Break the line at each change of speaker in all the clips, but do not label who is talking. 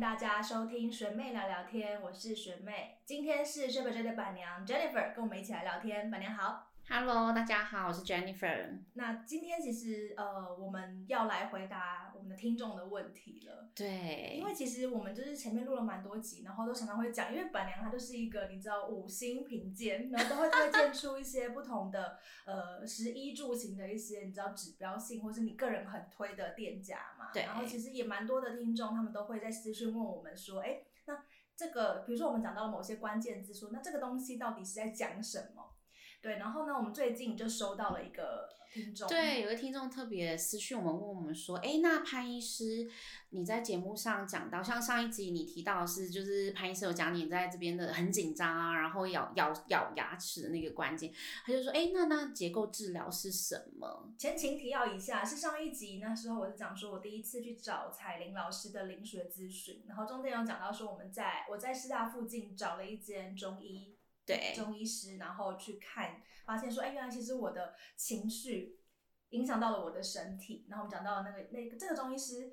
大家收听学妹聊聊天，我是学妹。今天是 s h a p e J 的板娘 Jennifer 跟我们一起来聊天。板娘好。
Hello，大家好，我是 Jennifer。
那今天其实呃，我们要来回答我们的听众的问题了。
对，
因为其实我们就是前面录了蛮多集，然后都常常会讲，因为板娘她就是一个你知道五星评鉴，然后都会推荐出一些不同的呃食衣住行的一些你知道指标性，或是你个人很推的店家嘛。
对
然后其实也蛮多的听众，他们都会在私讯问我们说，哎、那这个比如说我们讲到了某些关键字说那这个东西到底是在讲什么？对，然后呢，我们最近就收到了一个听众，
对，有个听众特别私讯我们，问我们说，哎，那潘医师，你在节目上讲到，像上一集你提到的是，就是潘医师有讲你在这边的很紧张啊，然后咬咬咬牙齿的那个关键，他就说，哎，那那结构治疗是什么？
前情提要一下，是上一集那时候我是讲说，我第一次去找彩玲老师的灵学咨询，然后中间有讲到说，我们在我在师大附近找了一间中医
对，
中医师，然后去看，发现说，哎，原来其实我的情绪影响到了我的身体。然后我们讲到那个那个这个中医师，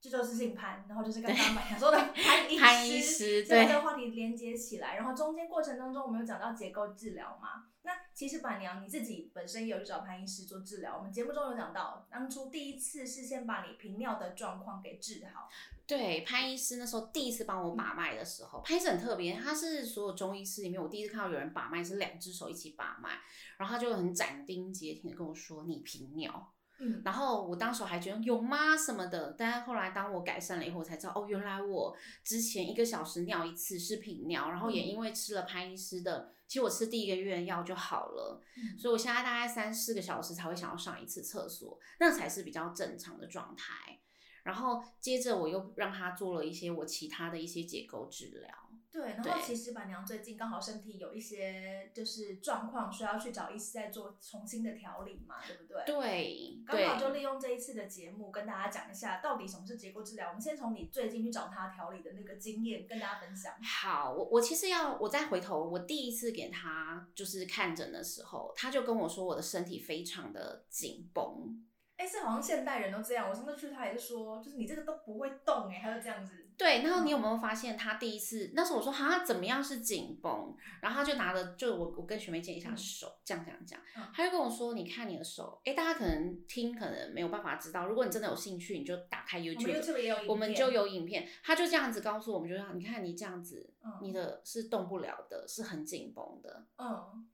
这就是姓潘，然后就是跟他们讲 说的潘医师，
潘医师
所以把这
对
个话题连接起来。然后中间过程当中，我们有讲到结构治疗嘛？那其实板娘你自己本身也有去找潘医师做治疗，我们节目中有讲到，当初第一次是先把你频尿的状况给治好，
对，潘医师那时候第一次帮我把脉的时候，潘医师很特别，他是所有中医师里面，我第一次看到有人把脉是两只手一起把脉，然后他就很斩钉截铁的跟我说你频尿，
嗯，
然后我当时还觉得有吗什么的，但是后来当我改善了以后，我才知道哦，原来我之前一个小时尿一次是频尿，然后也
嗯
因为吃了潘医师的，其实我吃第一个月的药就好了，
嗯
所以我现在大概三四个小时才会想要上一次厕所，那才是比较正常的状态。然后接着我又让他做了一些我其他的一些结构治疗，
对，然后
对
其实板娘最近刚好身体有一些就是状况，需要去找医师再做重新的调理嘛，对不对？
对，
刚好就
对
利用这一次的节目跟大家讲一下，到底什么是结构治疗。我们先从你最近去找他调理的那个经验跟大家分享。
好，我我其实要我再回头，我第一次给他就是看诊的时候，他就跟我说我的身体非常的紧绷。
哎，是好像现代人都这样。我上次去他也是说，就是你这个都不会动哎、他就这样子。
对，然后你有
嗯
没有发现他第一次那时候我说哈怎么样是紧绷，然后他就拿着就我我跟学妹借一下
嗯
手，这样这样这样
嗯，
他就跟我说你看你的手，诶，大家可能听可能没有办法知道，如果你真的有兴趣，你就打开
我们
YouTube，
YouTube 也有影片，
我们就有影片，他就这样子告诉我们，就说你看你这样子，
嗯
你的是动不了的，是很紧绷的，
嗯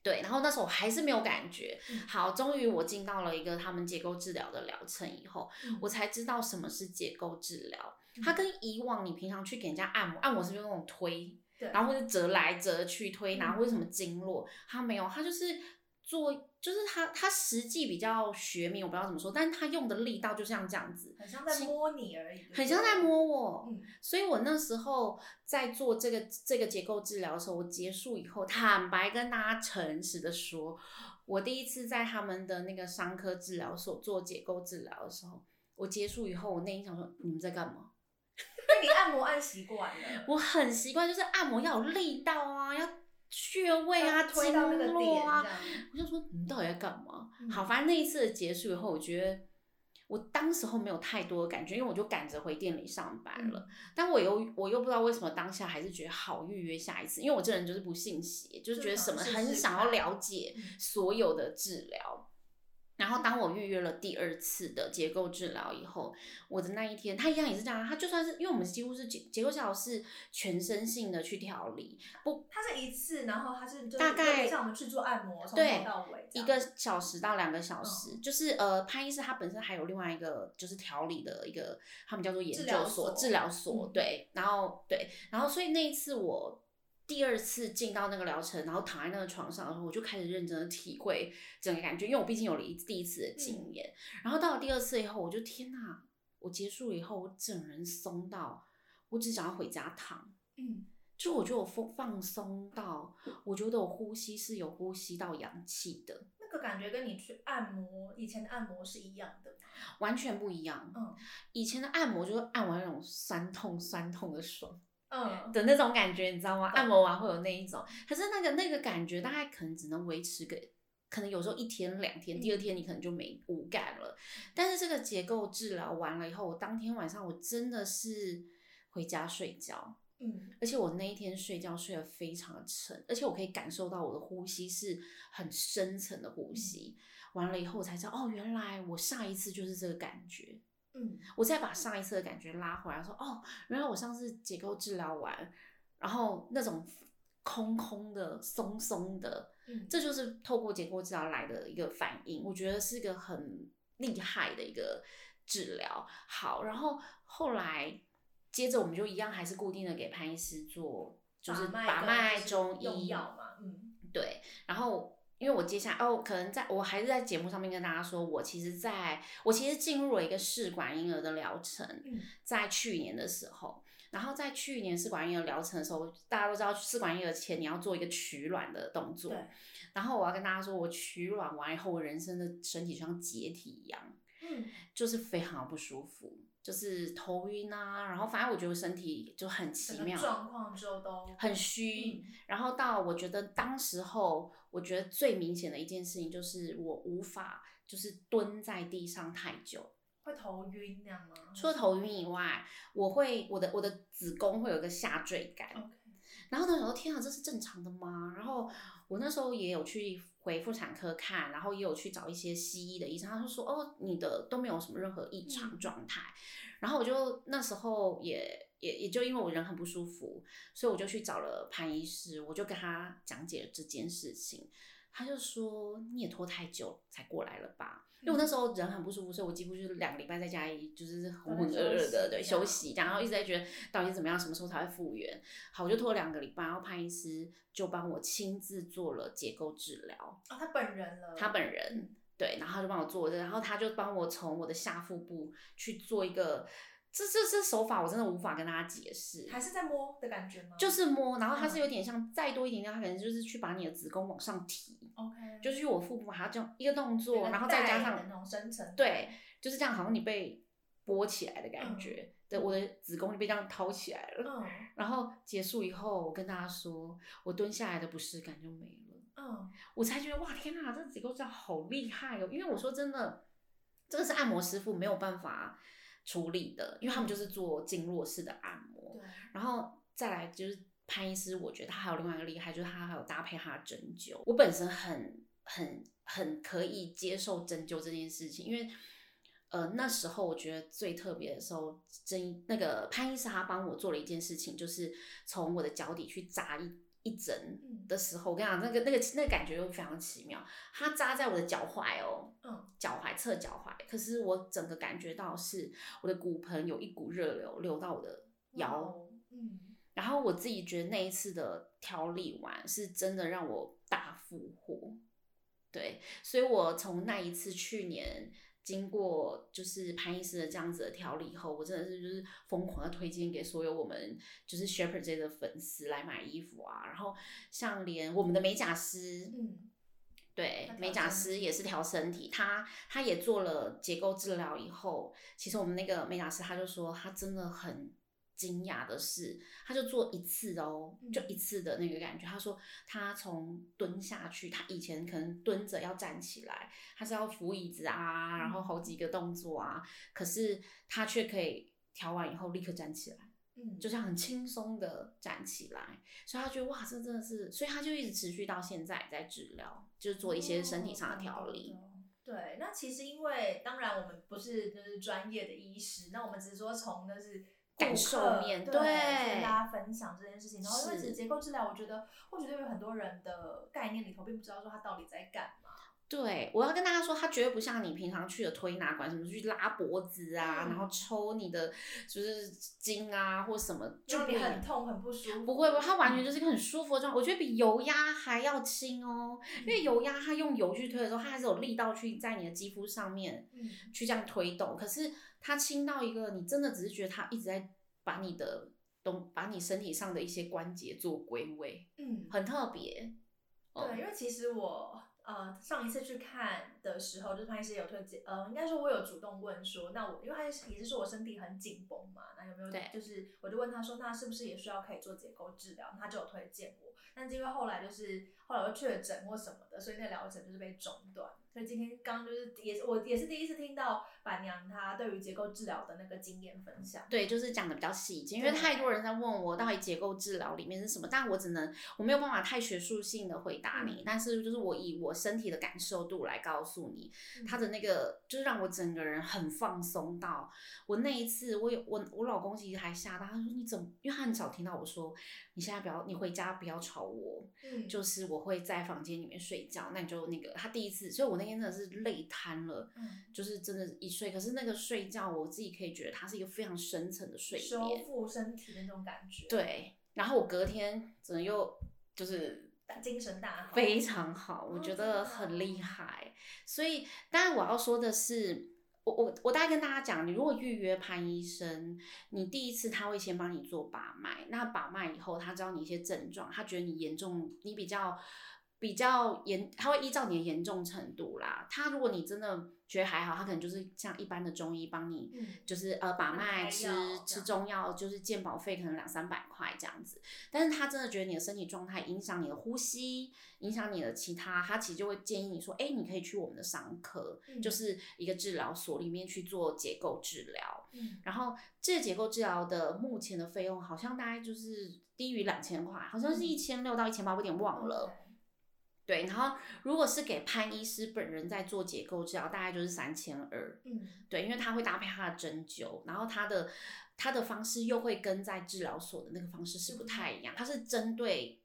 对，然后那时候我还是没有感觉
嗯。
好，终于我进到了一个他们结构治疗的疗程以后，
嗯
我才知道什么是结构治疗
嗯。
它跟以往你平常去给人家按摩，按摩是不是那种推，
对，
然后或者折来折去推拿，
嗯
或者什么经络，它没有，它就是做，就是它它实际比较学名，我不知道怎么说，但是它用的力道就像这样子，
很像在摸你而已，对不对
很像在。摸我。
嗯，
所以我那时候在做这个这个结构治疗的时候，我结束以后，坦白跟大家诚实的说，我第一次在他们的那个伤科治疗所做结构治疗的时候，我结束以后，我内心想说，你们在干嘛？
那你按摩按习惯了，
我很习惯，就是按摩要有力道啊，要穴位啊，
要推到那个
经络
点
啊
这，样。
我就说你们到底在干嘛？
嗯
好，反正那一次的结束以后，我觉得我当时候没有太多的感觉，因为我就赶着回店里上
嗯
班了。但我又我又不知道为什么当下还是觉得好预约下一次，因为我这人就是不信邪，就是觉得什么
就想试试
很想要了解
嗯
所有的治疗。然后当我预约了第二次的结构治疗以后，我的那一天，他一样也是这样啊，他就算是因为我们几乎是结结构治疗是全身性的去调理，
它是一次，然后它是就是
大概
有点像我们去做按摩，从
对
头到尾这
一
样嗯
个小时到两个小时，就是呃，潘医师他本身还有另外一个就是调理的一个，他们叫做研
治疗
究所
所
治疗所，
嗯
对，然后对，然后所以那一次我第二次进到那个疗程，然后躺在那个床上的时候，我就开始认真的体会整个感觉，因为我毕竟有了一第一次的
嗯
经验，然后到了第二次以后，我就天哪，我结束以后，我整人松到，我只想要回家躺。
嗯，
就我觉得我放放松到，我觉得我呼吸是有呼吸到氧气的，
那个感觉跟你去按摩以前的按摩是一样的。
完全不一样。
嗯
以前的按摩就是按完那种酸痛酸痛的爽
嗯，
的那种感觉，你知道吗？
懂
按摩完会有那一种，可是那个那个感觉大概可能只能维持个，可能有时候一天两天，
嗯
第二天你可能就没无感了。但是这个结构治疗完了以后，我当天晚上我真的是回家睡觉。
嗯，
而且我那一天睡觉睡得非常的沉，而且我可以感受到我的呼吸是很深层的
嗯
呼吸。完了以后，我才知道哦，原来我上一次就是这个感觉。
嗯，
我再把上一次的感觉拉回来，说哦，原来我上次结构治疗完，然后那种空空的、松松的，
嗯，
这就是透过结构治疗来的一个反应。我觉得是一个很厉害的一个治疗。好，然后后来接着我们就一样，还是固定的给潘医师做，就是把
把
脉、
跟
中
用
医，
药嘛，嗯
对，然后。因为我接下来哦，可能在我还是在节目上面跟大家说，我其实在我其实进入了一个试管婴儿的疗程，
嗯
在去年的时候，然后在去年试管婴儿疗程的时候，大家都知道试管婴儿前你要做一个取卵的动作，
对，
然后我要跟大家说，我取卵完以后，我人生的身体就像解体一样，
嗯
就是非常不舒服，就是头晕啊，然后反正我觉得我身体就很奇
整个
妙，
状况嗯就都
很虚。然后到我觉得当时候，我觉得最明显的一件事情就是我无法就是蹲在地上太久，
会头晕那样吗？
除了头晕以外，我会我的我的子宫会有一个下坠感，
，OK，
然后呢，我说天啊，这是正常的吗？然后我那时候也有去回妇产科看，然后也有去找一些西医的医生，他就说哦，你的都没有什么任何异常
嗯
状态。然后我就那时候也也也就因为我人很不舒服，所以我就去找了潘医师，我就跟他讲解了这件事情。他就说你也拖太久才过来了吧？因为我那时候人很不舒服，所以我几乎就是两个礼拜在家里就是浑浑噩噩的对休息，然后一直在觉得到底怎么样，什么时候才会复原。好，我就拖了两个礼拜，然后潘医师就帮我亲自做了结构治疗，
哦，他本人了，
他本人对，然后他就帮我做的，然后他就帮我从我的下腹部去做一个，这这这手法我真的无法跟大家解释，
还是在摸的感觉吗？
就是摸，然后它是
嗯
有点像再多一点点，它可能就是去把你的子宫往上提，
OK，
就是去我腹部，它这样一个动
有
作，
个
然后再加
带
上
的那种深层，
对，就是这样，好像你被拨起来的感觉。对，我的子宫就被这样掏起来了。
嗯
然后结束以后，我跟大家说，我蹲下来的不适感就没了，
嗯，
我才觉得哇，天哪，这结构真的好厉害哦！因为我说真的，这个是按摩师傅没有办法处理的，因为他们就是做经络式的按摩。
对，
然后再来就是潘医师，我觉得他还有另外一个厉害，就是他还有搭配他的针灸。我本身很很很可以接受针灸这件事情，因为呃那时候我觉得最特别的时候，针那个潘医师他帮我做了一件事情，就是从我的脚底去扎一一针。
嗯
的时候，我跟你讲，那个那个那个感觉又非常奇妙。它扎在我的脚踝哦，
嗯，
脚踝侧脚踝，可是我整个感觉到是我的骨盆有一股热流流到我的
哇
腰，
哦，嗯
然后我自己觉得那一次的调理完是真的让我大复活，对，所以我从那一次去年经过就是潘医师的这样子的调理后，我真的是就是疯狂的推荐给所有我们就是 Shepherd J 的粉丝来买衣服啊，然后像连我们的美甲师，
嗯，
对
他，调
美
身
甲师
体
也是调身体，他他也做了结构治疗以后，其实我们那个美甲师他就说，他真的很惊讶的是，他就做一次哦，就
嗯
一次的那个感觉。他说他从蹲下去，他以前可能蹲着要站起来，他是要扶椅子啊，
嗯
然后好几个动作啊，可是他却可以调完以后立刻站起来。
嗯，
就这样很轻松的站起来，所以他觉得哇，这真的是，所以他就一直持续到现在在治疗，就是做一些身体上的调理。
哦。懂懂懂对，那其实因为当然我们不是就是专业的医师，那我们只是说从的是顾
感
客
受面
对，
对
跟大家分享这件事情。然后因为
是
其实结构治疗，我觉得或许对于很多人的概念里头，并不知道说他到底在干嘛。
对，我要跟大家说，他绝对不像你平常去的推拿馆，什么去拉脖子啊，
嗯
然后抽你的就是筋啊或什么，就
就
不
你
一
很嗯
样
痛很不舒服，
不会不会，它完全就是一个很舒服的状态，我觉得比油压还要轻哦，
嗯
因为油压它用油去推的时候，它还是有力道去在你的肌肤上面
嗯
去这样推动，可是它轻到一个，你真的只是觉得它一直在把你的东，把你身体上的一些关节做归位，
嗯，
很特别。哦
对，因为其实我呃上一次去看的时候，就是潘医师有推荐，呃，应该说我有主动问说，那我因为他也是也是说我身体很紧绷嘛，那有没有
对
就是我就问他说，那是不是也需要可以做结构治疗？那他就有推荐我，但是因为后来就是后来我确诊或什么的，所以那疗程就是被中断。所以今天刚刚就是也是我也是第一次听到板娘她对于结构治疗的那个经验分享。
对，就是讲的比较细一点，因为
对
太多人在问我到底结构治疗里面是什么，但我只能我没有办法太学术性的回答
嗯
你，但是就是我以我身体的感受度来告诉你，他嗯的那个就是让我整个人很放松到我那一次，我有我我老公其实还吓到，他说你怎么？因为他很少听到我说你现在不要，你回家不要吵我，
嗯
就是我会在房间里面睡觉，那你就那个他第一次，所以我那天真的是累瘫了，
嗯
就是真的一睡，可是那个睡觉我自己可以觉得它是一个非常深层的睡
修
眠，
复身体的那种感觉，，
对，然后我隔天整个又就是
精神大好，
非常好，我
哦
觉
真
得
的
很
哦
厉害。所以，当然我要说的是，我我我大概跟大家讲，你如果预约潘医生，你第一次他会先帮你做把脉，那把脉以后，他知道你一些症状，他觉得你严重，你比较。比较严，他会依照你的严重程度啦。他如果你真的觉得还好，他可能就是像一般的中医帮你，
嗯
就是呃把
帮你
脉
开
吃
药这
吃
样
中药，就是健保费可能两三百块这样子。但是他真的觉得你的身体状态影响你的呼吸，影响你的其他，他其实就会建议你说，哎、你可以去我们的伤科，
嗯
就是一个治疗所里面去做结构治疗。
嗯
然后这个结构治疗的目前的费用好像大概就是低于两千块，好像
嗯
是一千六到一千八，我有点忘了。
OK
对，然后如果是给潘医师本人在做结构治疗，大概就是三千二。
嗯
对，因为他会搭配他的针灸，然后他的他的方式又会跟在治疗所的那个方式是不太一样，它是针对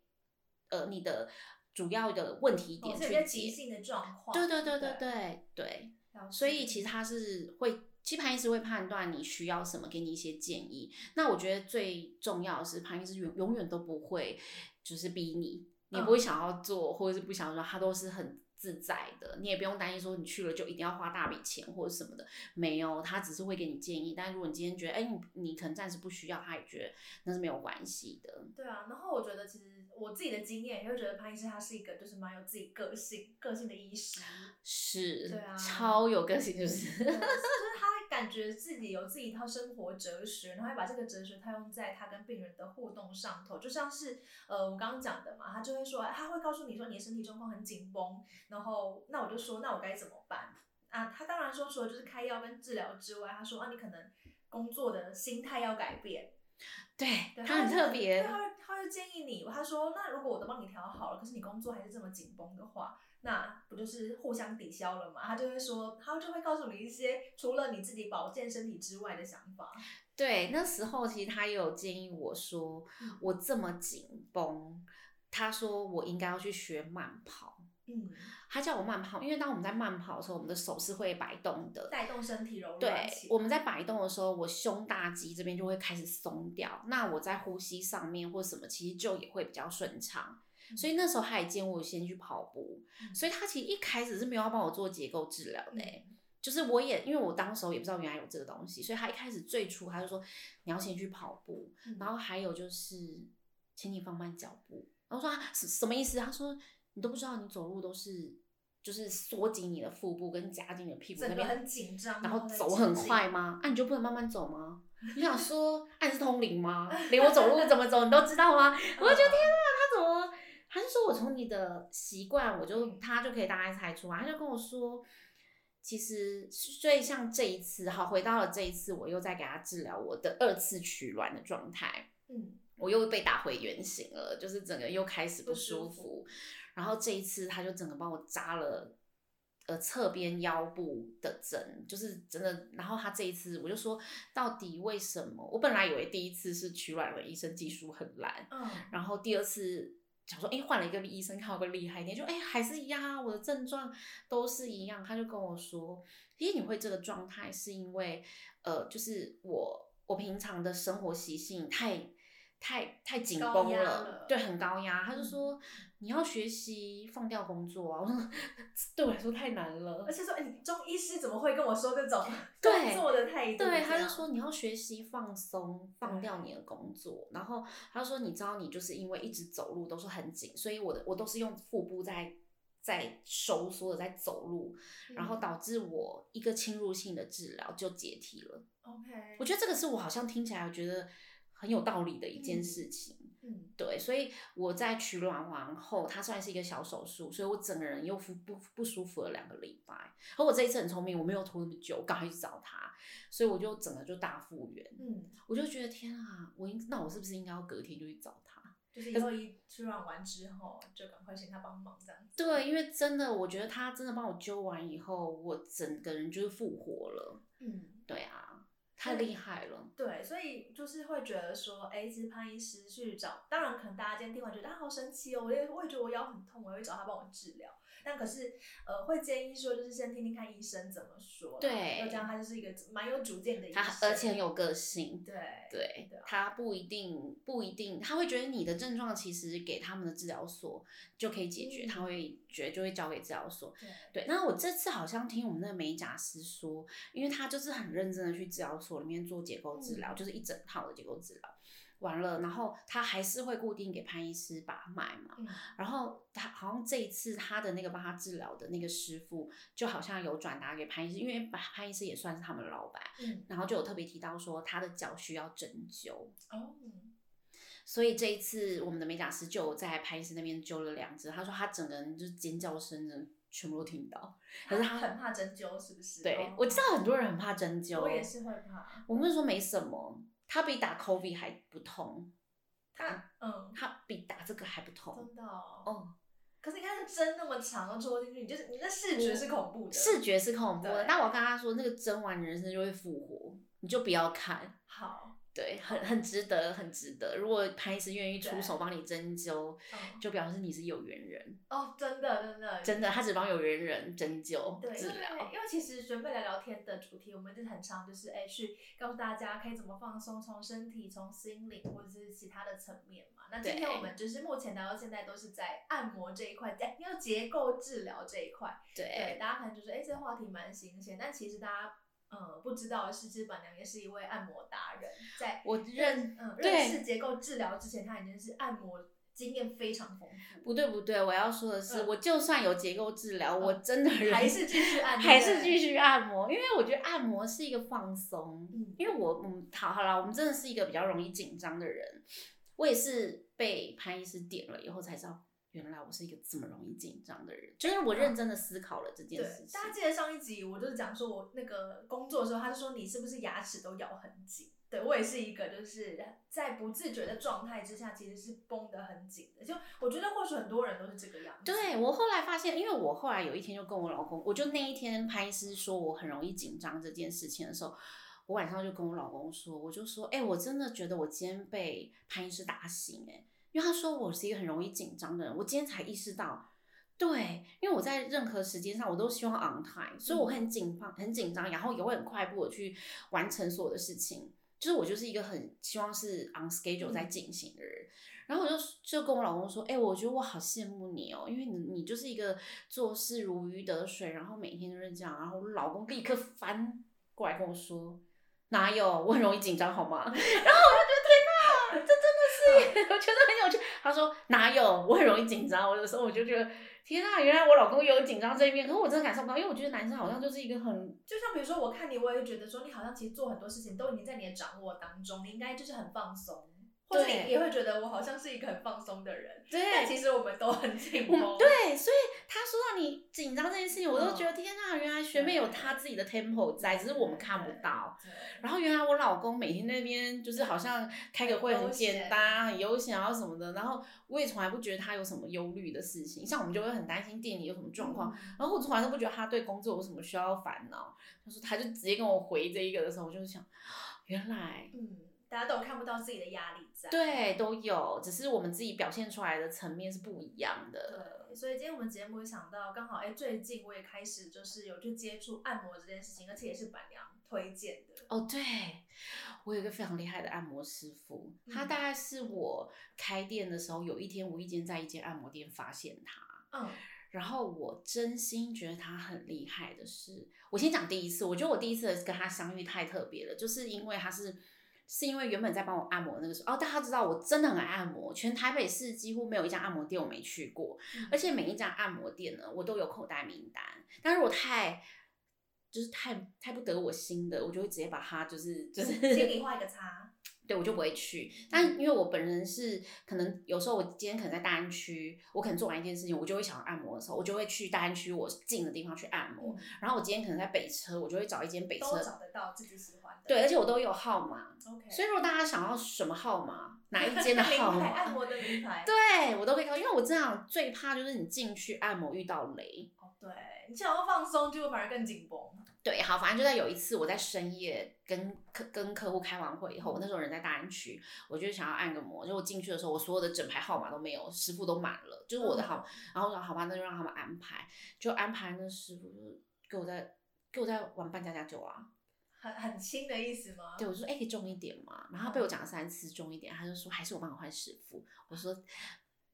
呃你的主要的问题
哦
点
是有些
嗯去
急
解。
性的状况，
对对对对
对
对对，
了解，
所以其实他是会，其实潘医师会判断你需要什么，给你一些建议。那我觉得最重要的是，潘医师永永远都不会就是逼你，你也不会想要做，或者是不想说，他都是很自在的，你也不用担心说你去了就一定要花大笔钱或者什么的，没有，他只是会给你建议。但如果你今天觉得，哎、你你可能暂时不需要，他也觉得那是没有关系的。
对啊，然后我觉得其实我自己的经验也会觉得潘医师他是一个就是蛮有自己个性个性的医师，
是，
对啊
超有个性，就是。
对就是他感觉自己有自己一套生活哲学，然后他把这个哲学套用在他跟病人的互动上头，就像是呃我刚刚讲的嘛，他就会说他会告诉你说你的身体状况很紧绷，然后那我就说那我该怎么办啊？他当然说除了就是开药跟治疗之外，他说啊你可能工作的心态要改变，
对，
对
他很
就
特别。
对，他会他会建议你，他说那如果我都帮你调好了，可是你工作还是这么紧绷的话，那不就是互相抵消了嘛？他就会说，他就会告诉你一些除了你自己保健身体之外的想法。
对，那时候其实他也有建议我说，
嗯
我这么紧绷，他说我应该要去学慢跑。
嗯，
他叫我慢跑，因为当我们在慢跑的时候，我们的手是会摆动的。
带动身体柔
对
软起，来。
我们在摆动的时候，我胸大肌这边就会开始松掉，那我在呼吸上面或什么，其实就也会比较顺畅。
嗯
所以那时候他也建议我先去跑步，
嗯
所以他其实一开始是没有要帮我做结构治疗的欸、就是我也因为我当时候也不知道原来有这个东西，所以他一开始最初他就说你要先去跑步，
嗯
然后还有就是，请你放慢脚步。然后说啊，什什么意思？他说你都不知道，你走路都是就是缩紧你的腹部跟夹紧你的屁股那
整个
边，
很紧张，
然后
再
走
紧
很
紧
快。吗？啊，你就不能慢慢走吗？你想说，啊，你是通灵吗？连我走路怎么走你都知道吗？我就觉得
嗯
天啊，他怎么？他就说我从你的习惯，我就他就可以大概猜出来。他就跟我说，其实所以像这一次，好，回到了这一次，我又在给他治疗我的二次取卵的状态。
嗯，
我又被打回原形了，就是整个又开始不
不
舒
舒
服。然后这一次他就整个帮我扎了。呃，侧边腰部的针就是真的，然后他这一次我就说，到底为什么？我本来以为第一次是取卵的医生技术很烂，
嗯，
然后第二次想说，哎、换了一个医生，看会不会厉害一点？就哎、诶还是一样啊，我的症状都是一样。他就跟我说，其实你会这个状态是因为，呃，就是我我平常的生活习性太太太紧
高
绷
压
了，
了嗯
对，很高压。他就说、你要学习放掉工作啊，我说 对我来说太难了
而。且说，哎，你中医师怎么会跟我说这种
对
工作的态度这
对，
样？
他就说你要学习放松，放掉
啊对
你的工作。然后他就说，你知道你就是因为一直走路都是很紧，所以我的我都是用腹部在在收缩的在走路，
嗯，
然后导致我一个侵入性的治疗就解体了。
OK，
我觉得这个是我好像听起来我觉得很有道理的一件
嗯
事情。
嗯，
对，所以我在取卵完后，它算是一个小手术，所以我整个人又不不不舒服了两个礼拜。而我这一次很聪明，我没有拖那么久，我赶快去找他，所以我就整个就大复原。
嗯，
我就觉得天啊，我应那我是不是应该要隔天就去找他？
就是
呃
以后一去乱玩之后，就赶快请他帮忙这样子。
对，，因为真的，我觉得他真的帮我揪完以后，我整个人就是复活了。
嗯。
对啊，太厉害了。
对，所以就是会觉得说，哎，其实潘医师去找，当然可能大家今天听完觉得啊好神奇哦，我也我也觉得我腰很痛，我也会找他帮我治疗。但可是呃，会建议说，就是先听听看医生怎么说啦。
对
就这样他就是一个蛮有主见的医生，
他而且很有个性，
对
对
对啊
他不一定不一定，他会觉得你的症状其实给他们的治疗所就可以解决，
嗯
他会觉得就会交给治疗所。
对
对，那我这次好像听我们那个美甲师说，因为他就是很认真的去治疗所里面做结构治
嗯
疗，就是一整套的结构治疗。完了，然后他还是会固定给潘医师把脉嘛，
嗯
然后他好像这一次他的那个帮他治疗的那个师傅，就好像有转达给潘医师，因为潘医师也算是他们的老板，
嗯
然后就有特别提到说他的脚需要针灸，
哦
所以这一次我们的美甲师就有在潘医师那边灸了两只，他说他整个人就是尖叫声，真的全部都听到。可是他
很怕针灸是不是？
对、
哦
我知道很多人很怕针灸，
我也是会怕，
我跟你说没什么，他比打 COVID 还不痛，
他嗯
他比打这个还不痛
真的哦。
哦。
可是你看针那么长都戳进去，你就是你的视觉是恐怖的，
嗯视觉是恐怖的，
对
但我跟他说，那个针完人生就会复活，你就不要看。
好，
对，很很值得，很值得。如果潘医师愿意出手帮你针灸，
嗯
就表示你是有缘人，
哦，真的真的
真的，他只帮有缘人针灸
对，
治
因为
疗。
因为其实准备来聊天的主题，我们就是很常就是哎、去告诉大家可以怎么放松，从身体、从心灵或者是其他的层面嘛。那今天
对
我们就是目前聊到现在都是在按摩这一块，哎，要结构治疗这一块，对，
对，
大家可能就是哎、这话题蛮新鲜，但其实大家呃不知道的是，其实板娘也是一位按摩达人，在
我认
嗯
对
认识结构治疗之前，她已经是按摩经验非常丰富，
不对不对，我要说的是，
嗯
我就算有结构治疗，我真的人
还是继续按，
还是继
续
续按摩，因为我觉得按摩是一个放松。
嗯
因为我嗯，好好啦，我们真的是一个比较容易紧张的人。我也是被潘医师点了以后才知道，原来我是一个这么容易紧张的人。就是我认真的思考了这件
嗯对
事，情
大。家记得上一集我就是讲说我那个工作的时候，他就说你是不是牙齿都咬很紧？对我也是一个，就是在不自觉的状态之下，其实是绷得很紧的。就我觉得或许很多人都是这个样子。
对我后来发现，因为我后来有一天就跟我老公，我就那一天潘医师说我很容易紧张这件事情的时候，我晚上就跟我老公说，我就说，哎、我真的觉得我今天被潘医师打醒、哎，因为他说我是一个很容易紧张的人，我今天才意识到。对，因为我在任何时间上我都希望 on time，所以
嗯
我很紧张，很紧张，然后也会很快步的去完成所有的事情。就是我就是一个很希望是 on schedule 在进行的人，然后我就就跟我老公说，哎、我觉得我好羡慕你哦，因为你你就是一个做事如鱼得水，然后每天都是这样。然后我老公立刻翻过来跟我说，哪有，我很容易紧张好吗？然后我就觉得天哪，这真的是 我觉得很有趣。他说哪有，我很容易紧张。我有时候我就觉得天啊，原来我老公也有紧张这一面，可是我真的感受不到，因为我觉得男生好像就是一个很
就像比如说，我看你，我也会觉得说，你好像其实做很多事情都已经在你的掌握当中，你应该就是很放松，或者
对
你也会觉得我好像是一个很放松的人，
对
但其实我们都很紧
我
绷。
们嗯对，所以他说到你紧张这件事情，我都
嗯
觉得天啊，原来学妹有
对
她自己的 tempo 在，只是我们看不到。
对。
然后原来我老公每天那边就是好像开个会
很悠
很简
闲
单、很悠闲，然啊后什么的，然后我也从来不觉得他有什么忧虑的事情，像我们就会很担心店里有什么状况，
嗯
然后我从来都不觉得他对工作有什么需要烦恼。他说他就直接跟我回这一个的时候，我就是想，原来
嗯，大家都有看不到自己的压力在。
对都有，只是我们自己表现出来的层面是不一样的。
对，所以今天我们节目也想到，刚好哎，最近我也开始就是有去接触按摩这件事情，而且也是板娘推荐的。
哦，对，我有一个非常厉害的按摩师傅，他
嗯
大概是我开店的时候，有一天无意间在一间按摩店发现他，
嗯
然后我真心觉得他很厉害的是，我先讲第一次，我觉得我第一次跟他相遇太特别了，就是因为他是。是因为原本在帮我按摩那个时候，哦，大家知道我真的很爱按摩，全台北市几乎没有一家按摩店我没去过，
嗯
而且每一家按摩店呢，我都有口袋名单，但是我太就是太太不得我心的，我就会直接把它就是就是
心里画一个叉。
对我就不会去。但因为我本人是可能有时候我今天可能在大安区，我可能做完一件事情，我就会想要按摩的时候，我就会去大安区我近的地方去按摩。然后我今天可能在北车，我就会找一间北车
嗯都，找得到自己喜欢的。
对，而且我都有号码，
，OK，
所以如果大家想要什么 号码，哪一间的
名
号
牌按
码，
摩的名牌，
对我都可以告诉你，因为我这样最怕就是你进去按摩遇到雷。
哦对，你想要放松，结果反而更紧绷。
对，好，反正就在有一次，我在深夜跟客跟客户开完会以后，我那时候人在大安区，我就想要按个摩，就我进去的时候，我所有的整排号码都没有，师傅都满了，就是我的号，然后我说好吧，那就让他们安排，就安排那师傅就给我在给我在玩扮家家酒啊，
很很轻的意思吗？
对我就说哎、可以重一点嘛，然后他被我讲了三次重一点，他就说还是我帮你换师傅，我说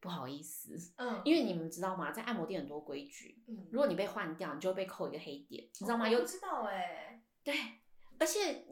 不好意思，
嗯，
因为你们知道吗，在按摩店很多规矩，
嗯
如果你被换掉，你就会被扣一个黑点，你知道吗？
我
有
不知道哎，
对，而且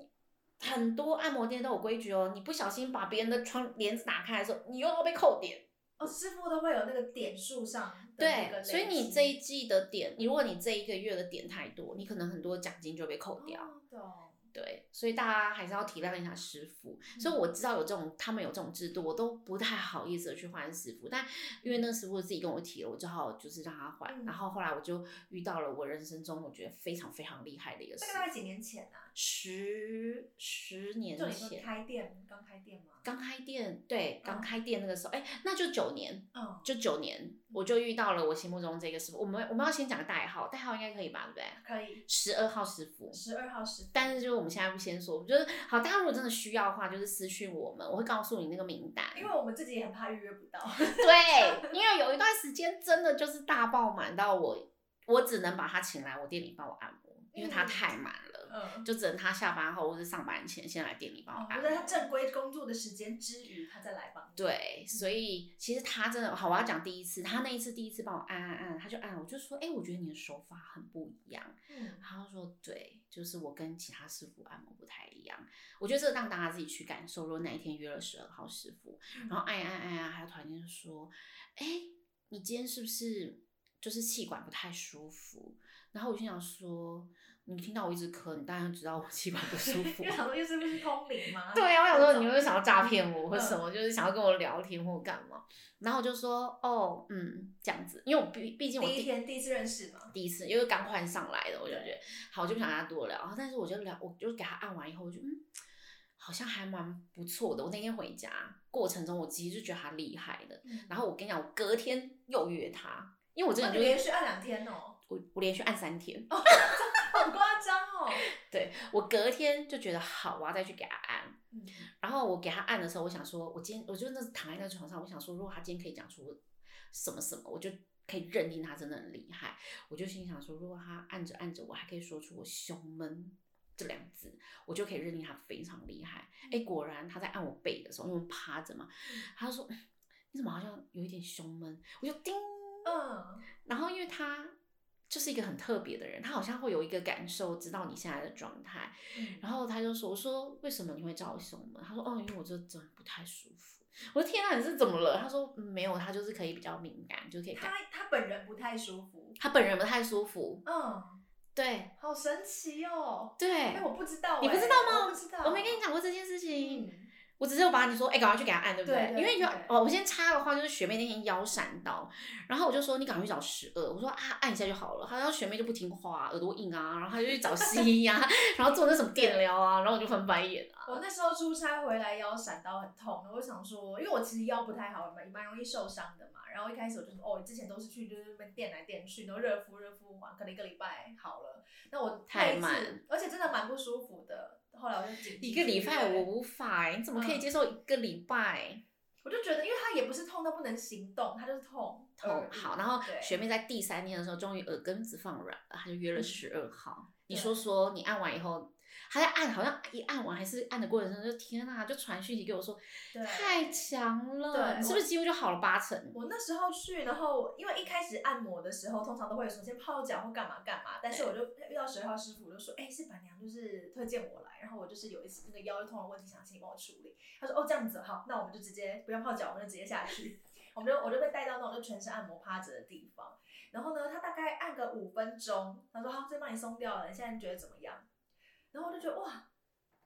很多按摩店都有规矩哦，你不小心把别人的窗帘子打开的时候，你又要被扣点。
哦，师傅都会有那个点数上的那个
对，
累积，
所以你这一季的点，你如果你这一个月的点太多，你可能很多奖金就被扣掉。
哦懂。
对，所以大家还是要体谅一下师傅。所以我知道有这种，他们有这种制度，我都不太好意思地去换师傅。但因为那师傅自己跟我提了，我只好就是让他换。
嗯
然后后来我就遇到了我人生中我觉得非常非常厉害的一个师
大概大概
傅，
几年前啊？
十十年
就你说
前。
开店，刚开店吗？
刚开店，对，刚
嗯
开店那个时候，哎、那就九年，
嗯，
就九年，我就遇到了我心目中这个师傅。我们我们要先讲代号，代号应该可以吧，对不对？
可以，
十二号师傅。
十二号师，
但是就是我们现在不先说，我们就是好，大家如果真的需要的话，就是私讯我们，我会告诉你那个名单。
因为我们自己也很怕预约不 到。
对，因为有一段时间真的就是大爆满到我，我只能把他请来我店里帮我按摩，因为他
嗯
太满了，
嗯，
就只能他下班后或者上班前先来店里帮我
哦
按
就
摩。
在他正规工作的时间之余，他再来帮你。
对，所以其实他真的好，我要讲第一次，他那一次第一次帮我按按按，他就按，我就说，哎、我觉得你的手法很不一样。
嗯，
他就说，对，就是我跟其他师傅按摩不太一样。我觉得这个让大家自己去感受。如果哪一天约了十二号师傅，
嗯
然后按一按按一按，他突然间就说，哎、你今天是不是就是气管不太舒服？然后我就想说，你听到我一直咳，你当然知道我气管不 舒服
因
啊
为。想说又是不是通灵吗？
对啊，我想说你会想要诈骗我或
嗯
什么，就是想要跟我聊天或干嘛，然后我就说哦，嗯，这样子，因为我毕毕竟我
第一天第一次认识嘛，
第一次，因为刚换上来的，我就觉得
对
好，我就不想跟他多聊，然后但是我就聊，我就给他按完以后，我就嗯，好像还蛮不错的。我那天回家过程中，我其实就觉得他厉害的，然
后
后我跟你讲，我隔天又约他，因为我这个人就
嗯
是
哦连续按哦两天哦，
我我连续按三天，
好夸张哦。
对我隔天就觉得好，我要再去给他按，
嗯
然后我给他按的时候，我想说，我今天我就那躺在那床上，我想说，如果他今天可以讲出什么什么，我就可以认定他真的很厉害。我就心想说，如果他按着按着，我还可以说出我胸闷这两字，我就可以认定他非常厉害。哎，果然他在按我背的时候，因为我趴着嘛，他就说嗯你怎么好像有一点胸闷？我就叮，
嗯，
然后因为他。就是一个很特别的人，他好像会有一个感受，知道你现在的状态，
嗯
然后他就说：“我说为什么你会叫我胸闷？”他说：“哦，因为我这真的不太舒服。”我说：“天啊，你是怎么了？”他说：“嗯没有，他就是可以比较敏感，就可以感。
嗯他他本人不太舒服。
他本人不太舒服。
嗯，
对
好神奇哦。
对
哎，，我不知道欸，
你不知道吗
我不知道，
我没跟你讲过这件事情，
嗯。
我只是有把你说，哎、赶快去给他按，对不
对对
因为就
对
哦，我先插的话就是学妹那天腰闪到，然后我就说你赶快去找十二，我说啊按一下就好了，她说学妹就不听话、耳朵硬啊，然后她就去找西医啊， 然后做那什么电疗啊，然后我就翻白眼啊。
我那时候出差回来腰闪到很痛，我就想说，因为我其实腰不太好，蛮蛮容易受伤的嘛。然后一开始我就说，哦，之前都是去就是那边垫来垫去，然后热敷热敷完，可能一个礼拜好了。那我那一
太
次
慢，
而且真的蛮不舒服的。后来我就紧
一个礼拜我
我
无法哎、你怎么可以
嗯
接受一个礼拜？
我就觉得，因为它也不是痛到不能行动，它就是痛
痛
而已
好，然后
呃对
学妹在第三天的时候，终于耳根子放软了，她就约了
嗯
十二号。你
对
说说，你按完以后，她在按，好像一按完还是按的过程中，就天呐，就传讯息给我说
对
太强了，
对
你是不是几乎就好了八成？
我那时候去，然后因为一开始按摩的时候，通常都会说先泡脚或干嘛干嘛，但是我就遇到十二号师傅，我就说，哎、是板娘就是推荐我来，然后我就是有一次那个腰痛的问题，想请你帮我处理。他说，哦，这样子好，那我们就直接不要泡脚，我们就直接下去。我们就我就被带到那种就全身按摩趴着的地方，然后呢，他大概按个五分钟，他说好，这帮你松掉了，你现在觉得怎么样？然后我就觉得哇，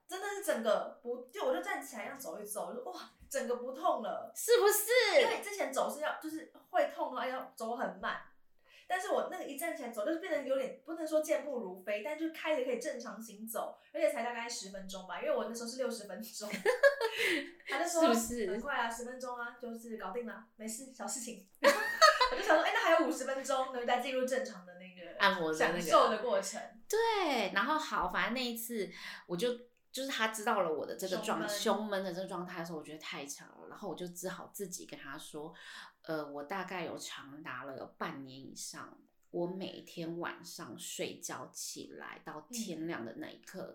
真的是整个不，就我就站起来要走一走，我就哇，整个不痛了。
是不
因
是？
为之前走是要就是会痛的话要走很慢，但是我那个一站起来走，就是变得有点不能说健步如飞，但就是开着可以正常行走，而且才大概十分钟吧，因为我那时候是六十分 钟。他就说
是不是
很快啊，十分钟啊，就是搞定了，没事，小事情。 我就想说，哎、那还有五十分钟，能再进入正常的那个
按摩的那
享
个
受的过程。
对，然后好，反正那一次我就就是他知道了我的这个
胸
状
闷
胸闷的这个状态的时候，我觉得太长了，然后我就只好自己跟他说，呃，我大概有长达了有半年以上。我每天晚上睡觉起来到
嗯
天亮的那一刻，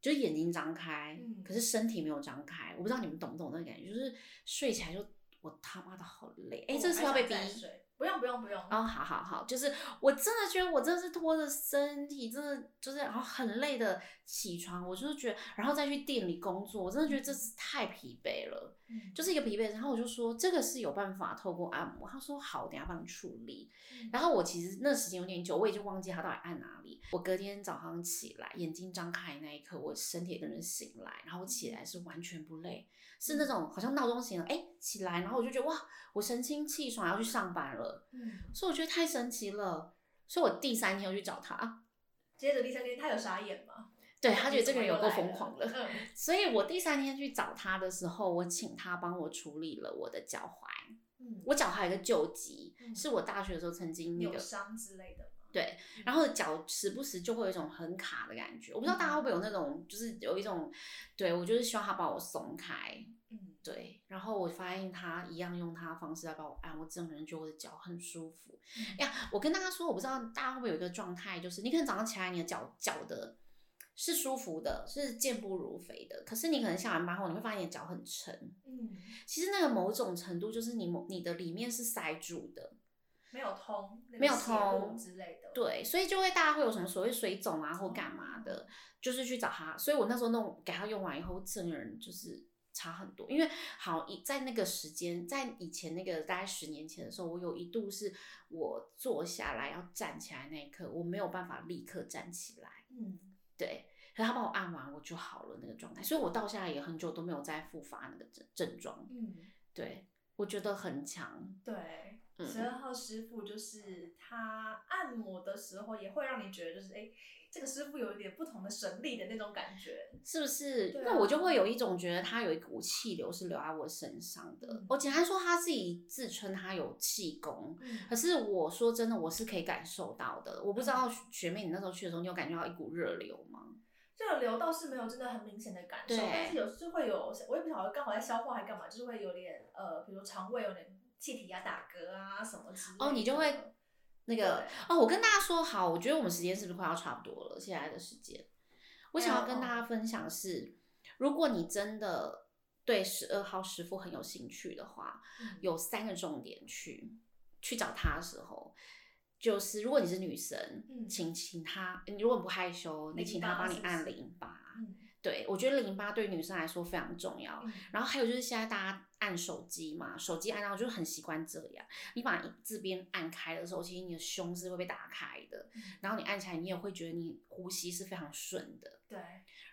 就眼睛张开，
嗯
可是身体没有张开。我不知道你们懂不懂那个感觉，就是睡起来就我他妈的好累。哎、
我
这是
哦还
要被
想
逼
再睡不用不用不用。
哦，好好好，就是我真的觉得我真的是拖着身体，真的就是然后很累的起床，我就是觉得，然后再去店里工作，我真的觉得这是太疲惫了，
嗯
就是一个疲惫。然后我就说这个是有办法透过按摩，他说好，我等一下帮你处理。然后我其实那时间有点久，我已经忘记他到底按哪里。我隔天早上起来，眼睛张开那一刻，我身体也跟着醒来，然后我起来是完全不累，是那种好像闹钟醒了，哎，起来，然后我就觉得哇，我神清气爽要去上班了。
嗯，
所以我觉得太神奇了。所以我第三天又去找他，
接着第三天，他有傻眼吗？
对他觉得
你
这
怎
个
么
人有
又
够
来
疯狂了。
嗯，
所以我第三天去找他的时候，我请他帮我处理了我的脚踝。
嗯
我脚踝有个旧疾，
嗯
是我大学的时候曾经那
扭
个，
伤之类的吗？
对
嗯，
然后脚时不时就会有一种很卡的感觉。我不知道大家会不会有那种，就是有一种，对我就是希望他帮我松开。
嗯，
对，然后我发现他一样用他的方式来帮我按，我整个人觉得我的脚很舒服。
嗯
呀，我跟大家说，我不知道大家会不会有一个状态，就是你可能早上起来你的脚脚的是舒服的，是健步如飞的，可是你可能下完班后你会发现你的脚很沉。
嗯，
其实那个某种程度就是你某你的里面是塞住的，
没有通，那个
没有
血路
通
之类的。
对，所以就会大家会有什么所谓水肿啊或干嘛的，就是去找他。所以我那时候弄给他用完以后，我整个人就是差很多。因为好以在那个时间，在以前那个大概十年前的时候，我有一度是我坐下来要站起来那一刻，我没有办法立刻站起来。
嗯，
对，可是他帮我按完我就好了那个状态，所以我到现在也很久都没有再复发那个症症状。
嗯
对，我觉得很强。
对，
嗯
十二号师傅就是他按摩的时候也会让你觉得就是哎、这个师傅有一点不同的神力的那种感觉。
是不是？
对啊
那我就会有一种觉得他有一股气流是留在我身上的
嗯。
我简单说，他自己自称他有气功，
嗯
可是我说真的，我是可以感受到的。我不知
嗯
道学妹，你那时候去的时候，你有感觉到一股热流吗？
这个流倒是没有真的很明显的感受，
对
但是有时会有，我也不晓得刚好在消化还干嘛，就是会有点呃，比如肠胃有点气体啊、打嗝啊什么之类的。
哦，你就会那个
对
哦，我跟大家说好，我觉得我们时间是不是快要差不多了？现在的时间，我想
啊嗯
要跟大家分享的是，如果你真的对十二号师傅很有兴趣的话，
嗯
有三个重点去去找他的时候，就是如果你是女生，
嗯
请请他，你如果不害羞，你
淋
请
巴
他帮你
是不
按
是
淋巴。
嗯
对，我觉得淋巴对女生来说非常重要。
嗯
然后还有就是现在大家按手机嘛，手机按到就很习惯这样。你把这边按开的时候，其实你的胸是会被打开的，
嗯
然后你按起来，你也会觉得你呼吸是非常顺的。
对，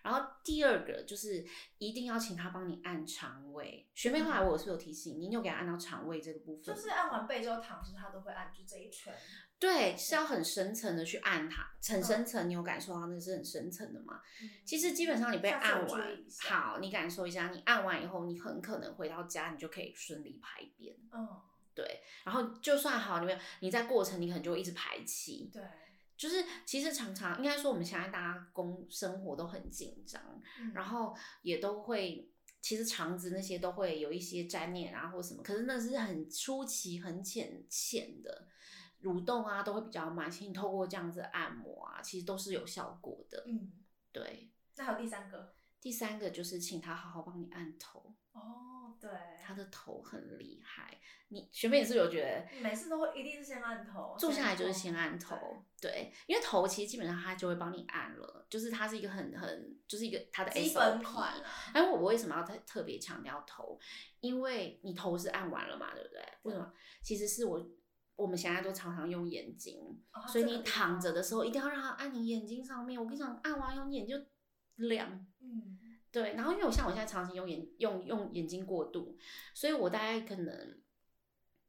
然后第二个就是一定要请他帮你按肠胃。学妹后来我是有提醒你，你有给他按到肠胃这个部
嗯
分
就
吗，
是按完背之后躺着，他都会按，就这一圈。
对，是要很深层的去按它，很
嗯
深层，你有感受到那是很深层的吗？其实基本上你被
下次我
按
注
完
意一，下
好，你感受一下，你按完以后，你很可能回到家，你就可以顺利排便。
嗯，
对，然后就算好，你没有你在过程，你可能就会一直排气，
对，
就是其实常常应该说，我们现在大家工生活都很紧张，
嗯
然后也都会，其实肠子那些都会有一些粘连啊或什么，可是那是很初期、很浅浅的蠕动啊，都会比较慢。其实你透过这样子按摩啊，其实都是有效果的。
嗯，
对，
那还有第三个
第三个就是请他好好帮你按头，
哦，对，
他的头很厉害。你学妹你是不是有觉得？
每次都会一定是先按头，
坐下来
按
就是先按
对
头，对，因为头其实基本上他就会帮你按了，就是它是一个很很就是一个它的 SOP，
基本款啊，
哎，我为什么要特特别强调头？因为你头是按完了嘛，对不对？为什么？其实是我我们现在都常常用眼睛，
哦
所以你躺着，
它这个地
的时候一定要让它按你眼睛上面。我跟你讲，按完以后你眼睛就亮。
嗯
对，然后因为我像我现在长期用眼用用眼睛过度，所以我大概可能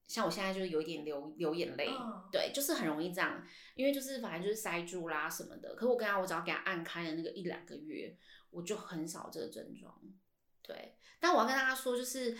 像我现在就是有一点流流眼泪，
嗯
对，就是很容易这样，因为就是反正就是塞住啦什么的。可我跟他，我只要给他按开了那个一两个月，我就很少这个症状。对，但我要跟大家说，就是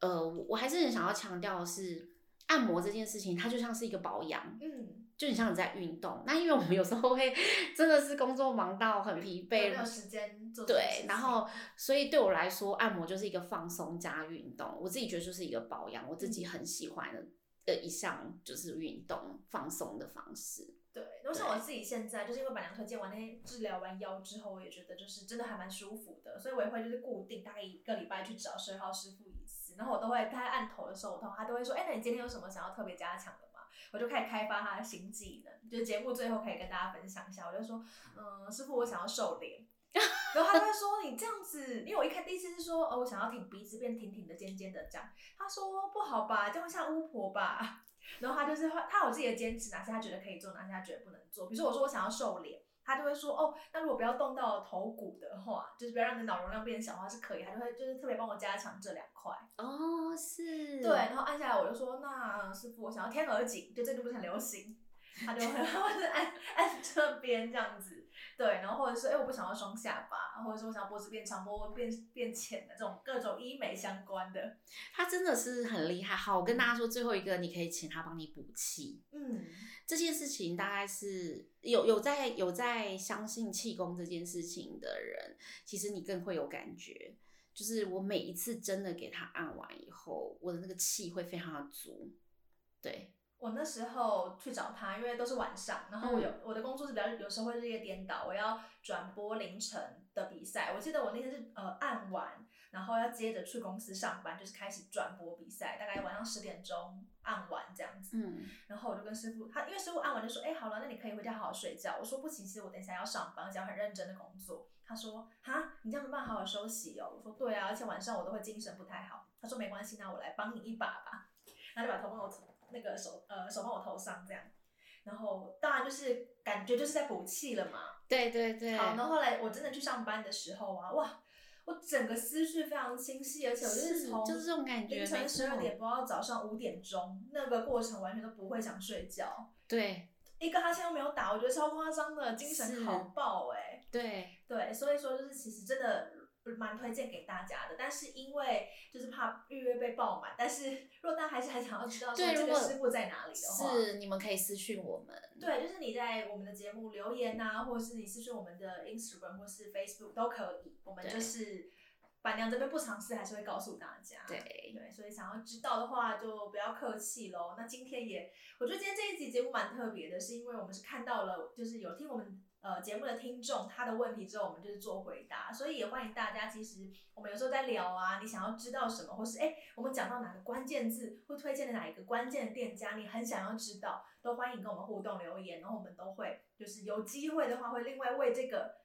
呃，我我还是很想要强调的是，按摩这件事情，它就像是一个保养，
嗯，
就很像你在运动。那因为我们有时候会 真的是工作忙到很疲惫
有没，有时间做这件事
对
情，
然后所以对我来说，按摩就是一个放松加运动，我自己觉得就是一个保养，我自己很喜欢的呃一项就是运动放松的方式。
对，然后像我自己现在，就是因为板娘推荐完那天治疗完腰之后，我也觉得就是真的还蛮舒服的，所以我也会就是固定大概一个礼拜去找十二号师傅一次，然后我都会他在按头的时候，我通常他都会说，哎、那你今天有什么想要特别加强的吗？我就开始开发他的新技能，就是节目最后可以跟大家分享一下，我就说，嗯，师傅，我想要瘦脸。然后他就会说你这样子，因为我一开第一次是说，哦，我想要挺鼻子变挺挺的、尖尖的这样。他说不好吧，这样会像巫婆吧。然后他就是会，他有自己的坚持，哪些他觉得可以做，哪些他觉得不能做。比如说我说我想要瘦脸，他就会说哦，那如果不要动到头骨的话，就是不要让你的脑容量变小的话是可以，他就会就是特别帮我加强这两块。
哦，是，
对，然后按下来我就说那师傅，我想要天鹅颈，就最 近不是很流行。他就会或者按按这边这样子，对，然后或者是哎、我不想要双下巴，或者是我想要脖子变长、脖子变变浅的这种各种医美相关的，
他真的是很厉害。好，我跟大家说，最后一个你可以请他帮你补气。
嗯
这件事情大概是有有在有在相信气功这件事情的人，其实你更会有感觉。就是我每一次真的给他按完以后，我的那个气会非常的足。对，
我那时候去找他，因为都是晚上，然后我有、我的工作是比较有时候会日夜颠倒，我要转播凌晨的比赛。我记得我那天是呃按完，然后要接着去公司上班，就是开始转播比赛，大概晚上十点钟按完这样子。
嗯，
然后我就跟师傅，他因为师傅按完就说，哎、好了，那你可以回家好好睡觉。我说不行，其实我等一下要上班，而且要很认真的工作。他说，哈，你这样没办法好好休息哦。我说对啊，而且晚上我都会精神不太好。他说没关系，那我来帮你一把吧。他就把头放我头那个手呃手放我头上这样，然后当然就是感觉就是在补气了嘛。
对对对。
好，然后后来我真的去上班的时候啊，哇，我整个思绪非常清晰，而且我就是
是
从
就是这种感觉
凌
没
晨
错
十二点播到早上五点钟，那个过程完全都不会想睡觉。
对
一个哈欠都没有打，我觉得超夸张的，精
是
神好爆哎、
对，
对，所以说就是其实真的蛮推荐给大家的，但是因为就是怕预约被爆满，但是 如果大家还是很想要知道说
对
这
如
个
果
师傅在哪里的话，
是你们可以私讯我们。
对，就是你在我们的节目留言啊，或者是你私讯我们的 Instagram 或是 Facebook 都可以，我们
对
就是板娘这边不尝试还是会告诉大家。
对，
对，所以想要知道的话，就不要客气喽。那今天也，我觉得今天这一集节目蛮特别的，是因为我们是看到了，就是有听我们呃节目的听众他的问题之后，我们就是做回答，所以也欢迎大家。其实我们有时候在聊啊，你想要知道什么，或是哎、我们讲到哪个关键字，或推荐的哪一个关键店家，你很想要知道，都欢迎跟我们互动留言，然后我们都会就是有机会的话，会另外为这个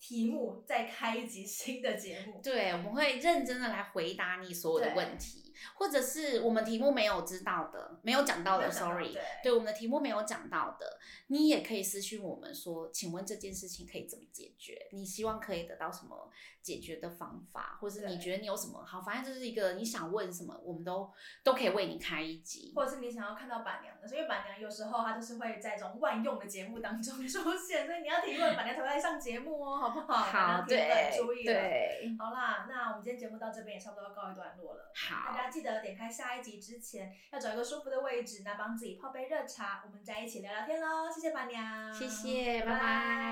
题目再开一集新的节目。
对，我们会认真的来回答你所有的
嗯对
问题，或者是我们题目没有知道的、没有讲到
没
的
有想到
，sorry，
对
对我们的题目没有讲到的，你也可以私讯我们说，请问这件事情可以怎么解决？你希望可以得到什么解决的方法，或是你
对
觉得你有什么好？反正就是一个你想问什么，我们都都可以为你开一集。
或者是你想要看到板娘的，因为板娘有时候她就是会在这种万用的节目当中 出现，所以你要提问，板娘才会来上节目哦，好不好？
好，
板娘
对
提问注意了。
对，
好啦，那我们今天节目到这边也差不多要告一段落了。大
好，
家记得点开下一集之前，要找一个舒服的位置，那帮自己泡杯热茶，我们再一起聊聊天喽。谢谢板娘，
谢谢，
嗯
拜
拜
拜。